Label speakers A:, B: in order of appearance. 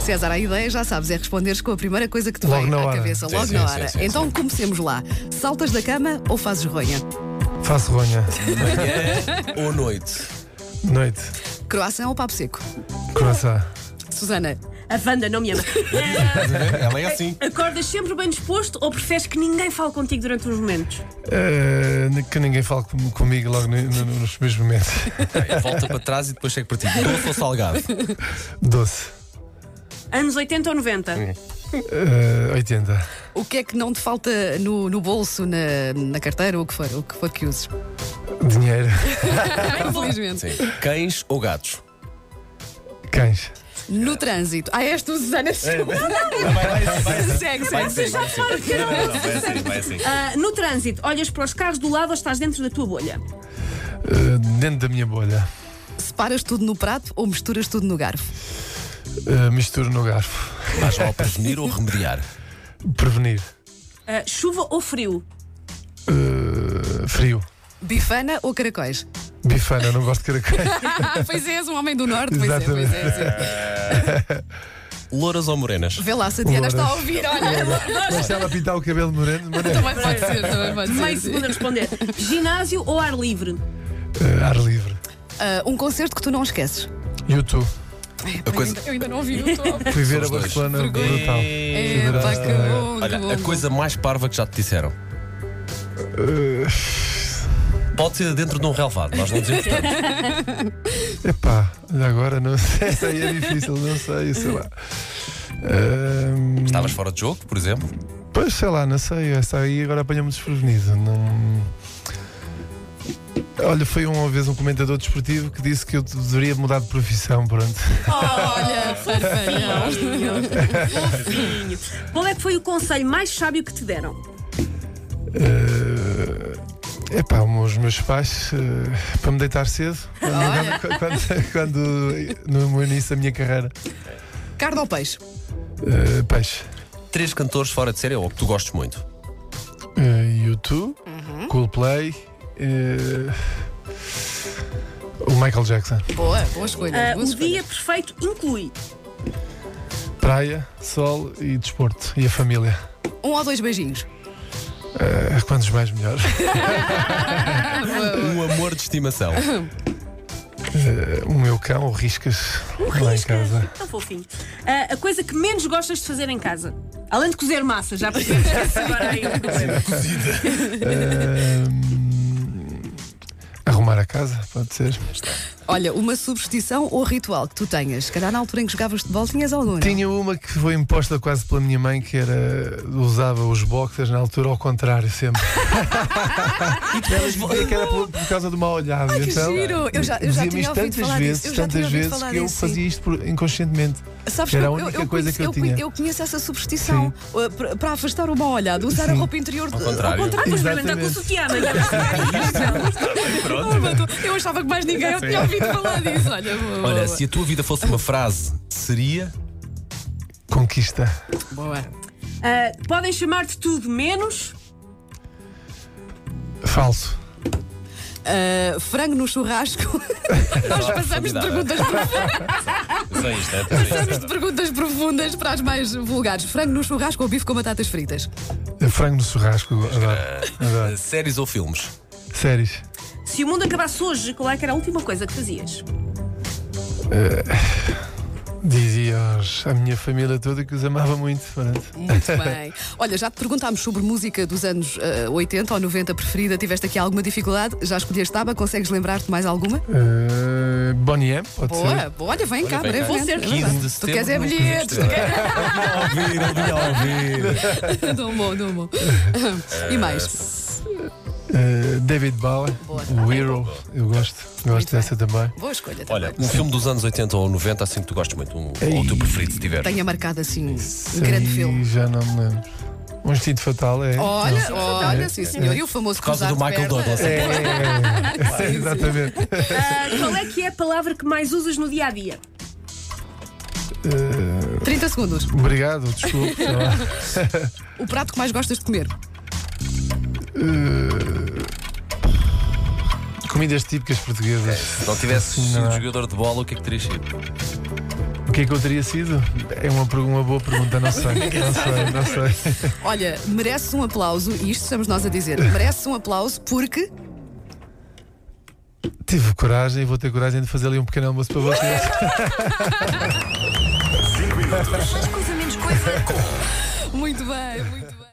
A: César, a ideia, já sabes, é responderes com a primeira coisa que te
B: Logo
A: vem
B: na
A: à
B: hora.
A: cabeça,
C: Sim,
A: logo
C: sim,
A: na
C: sim,
A: hora.
C: sim,
A: então comecemos lá. Saltas da cama ou fazes ronha?
B: Faço ronha.
C: Ou noite.
B: Noite.
A: Croação ou papo seco?
B: Croissant.
A: Susana,
D: A Wanda não me ama.
C: Ela é assim.
D: Eh, Acordas sempre bem disposto ou preferes que ninguém fale contigo durante uns momentos?
B: Eh, que ninguém fale com- comigo logo no- no- nos meus momentos.
C: Volta para trás e depois chega para ti. Doce ou salgado?
B: Doce.
D: Anos 80 ou 90?
B: Eh, 80.
A: o que é que não te falta no, no bolso, na, na carteira, ou o que for, o que for que uses?
B: Dinheiro.
A: É Infelizmente.
C: Sim. Cães ou gatos?
B: Cães.
A: No trânsito. Ah, és tu, Susana.
C: É.
A: Segue, segue, segue.
C: Vai assim, vai assim.
D: Ah, no trânsito, olhas para os carros do lado ou estás dentro da tua bolha?
B: Eh, dentro da minha bolha.
A: Separas tudo no prato ou misturas tudo no garfo?
B: Eh, misturo no garfo.
C: Mas ao prevenir ou remediar?
B: Prevenir.
D: Ah, chuva ou frio?
B: Eh, frio.
A: Bifana ou caracóis?
B: Bifana, não gosto de caracóis.
A: Ah, pois és um homem do norte, pois é, pois é.
B: Exatamente.
A: Pois é.
C: Louras ou morenas?
A: Vê lá se a Diana
B: Louras.
A: está a ouvir, olha.
B: Mas ela pintar o cabelo moreno, mas não.
A: Também pode ser, também pode
D: Meio
A: ser. sim.
D: segundo a responder. Ginásio ou ar livre?
B: Eh, ar livre.
A: Ah, um concerto que tu não esqueces.
B: YouTube.
C: A coisa-
A: eu ainda não ouvi o top.
B: Fui ver a
C: Somos dois.
B: Barcelona brutal.
A: É, pá, que bom, que bom.
C: Olha, a coisa mais parva que já te disseram.
B: Eh,
C: Pode ser dentro de um relvado, nós não dizemos tanto.
B: Epá, olha agora não sei. Essa aí é difícil, não sei, sei lá. Ehm,
C: Estavas fora de jogo, por exemplo.
B: Pois sei lá, não sei. Essa aí agora apanha-me desprevenido. Não... Olha, foi uma vez um comentador desportivo que disse que eu deveria mudar de profissão, pronto.
A: Olha, farfalhão.
D: Fofinho. Qual é que foi o conselho mais sábio que te deram?
B: É pá, os meus pais, eh, para me deitar cedo,
A: Olha,
B: quando, quando- quando- no início da minha carreira,
A: carne ou peixe?
B: Eh, peixe.
C: Três cantores fora de série ou que tu gostes muito.
B: Eh, YouTube, Coolplay, eh, o Michael Jackson.
A: Boa, boa escolha.
D: Ah,
A: boa
D: o
A: escolha.
D: dia perfeito inclui.
B: Praia, sol e desporto. E a família.
A: Um ou dois beijinhos.
B: Eh, quantos mais melhor.
A: Ah,
C: Um amor de estimação.
B: Eh, o meu cão, o Riscas, lá em
D: Riscas.
B: casa.
D: um Tão fofinho. Ah, a coisa que menos gostas de fazer em casa? Além de cozer massa, já percebemos que esse agora aí é um problema.
B: Ehm, Eh, arrumar a casa, pode ser.
A: Olha, uma superstição ou ritual que tu tenhas? Se calhar na altura em que jogavas futebol tinhas alguma. não?
B: Tinha uma que foi imposta quase pela minha mãe, que era. usava os boxers na altura ao contrário, sempre. Ela dizia É que era por, por causa de uma olhada.
A: Ai, que
B: então,
A: giro! Eu já, eu já
B: dizia-me
A: tinha
B: isto
A: ouvido
B: tantas
A: falar
B: vezes,
A: disso. Eu já tinha
B: tantas
A: ouvido
B: vezes
A: falar
B: que eu
A: disso, sim.
B: fazia isto por- inconscientemente.
A: Sabes
B: Era
A: que
B: a
A: eu-
B: única
A: eu, eu,
B: coisa
A: conheço,
B: que eu
A: conhe-
B: tinha.
A: eu conheço essa superstição uh, para- para afastar o mau olhado, usar a roupa interior de-
C: Ao contrário.
A: ao contrário.
D: Vamos experimentar com o é?
B: Exatamente.
D: sutiã, amanhã.
A: Eu achava que mais ninguém eu tinha ouvido falar disso. Olha, boa, boa,
C: Olha,
A: boa.
C: se a tua vida fosse uma frase, seria.
B: Conquista.
A: Boa.
D: Ah, podem chamar-te tudo menos.
B: Falso.
A: Uh, frango no churrasco. Nós passamos de,
C: convidada.
A: perguntas, profundas-
C: Sei isto, é?
A: passamos de perguntas profundas para as mais vulgares. Frango no churrasco ou bife com batatas fritas?
B: Eh, Frango no churrasco. Adoro. adoro.
C: Eh, Séries ou filmes?
B: Séries.
D: Se o mundo acabasse hoje, qual é que era a última coisa que fazias?
B: Dizia aos- à minha família toda que os amava muito. pronto.
A: Muito bem. Olha, já te perguntámos sobre música dos anos eh, 80 ou 90 preferida. Tiveste aqui alguma dificuldade? Já escolheste Taba? Consegues lembrar-te mais alguma?
B: Eh, Bonnie M, pode ser.
A: Boa, boa. Olha, vem cá,
C: vem
A: breve. vem.
C: cá.
D: Vou ser-
A: É verdade.
C: 15 de
A: Tu queres é
C: setembro,
A: bilhetes. tu queres-
C: Ouvir, ouvir, ouvir.
A: Dou-me, bom, dou-me. bom. E mais?
B: Eh, David Bowie,
A: Boa.
B: o Hero, eu gosto. Gosto
A: bem.
B: dessa também.
A: Boa escolha. tá também.
C: Olha, um filme dos anos 80 ou 90, assim que tu gostes muito, um- ou o teu preferido, se tiver.
A: Tenha marcado assim um
B: Aí
A: grande filme.
B: Já não me lembro. Um instinto fatal é.
A: Olha,
B: Não.
A: olha, sim senhor. E o famoso
C: Por causa
A: cruzar
C: do
A: de
C: Michael
A: pernas?
C: Douglas. assim,
B: É, é, é, é, exatamente.
D: Ah, qual é que é a palavra que mais usas no dia a dia?
A: 30 segundos.
B: Obrigado, desculpe. sei lá.
A: O prato que mais gostas de comer?
B: Comidas típicas portuguesas.
C: Se não tivesse
B: Não. Assim,
C: sido jogador de bola, o que é que terias sido?
B: é? que é que eu teria sido? É uma, pergu- uma boa pergunta, não sei. Não sei, não sei.
A: Olha, merece um aplauso, e isto estamos nós a dizer, merece um aplauso porque.
B: Tive coragem e vou ter coragem de fazer ali um pequeno almoço para vocês.
E: Mais coisa, menos coisa.
A: Muito bem, muito bem.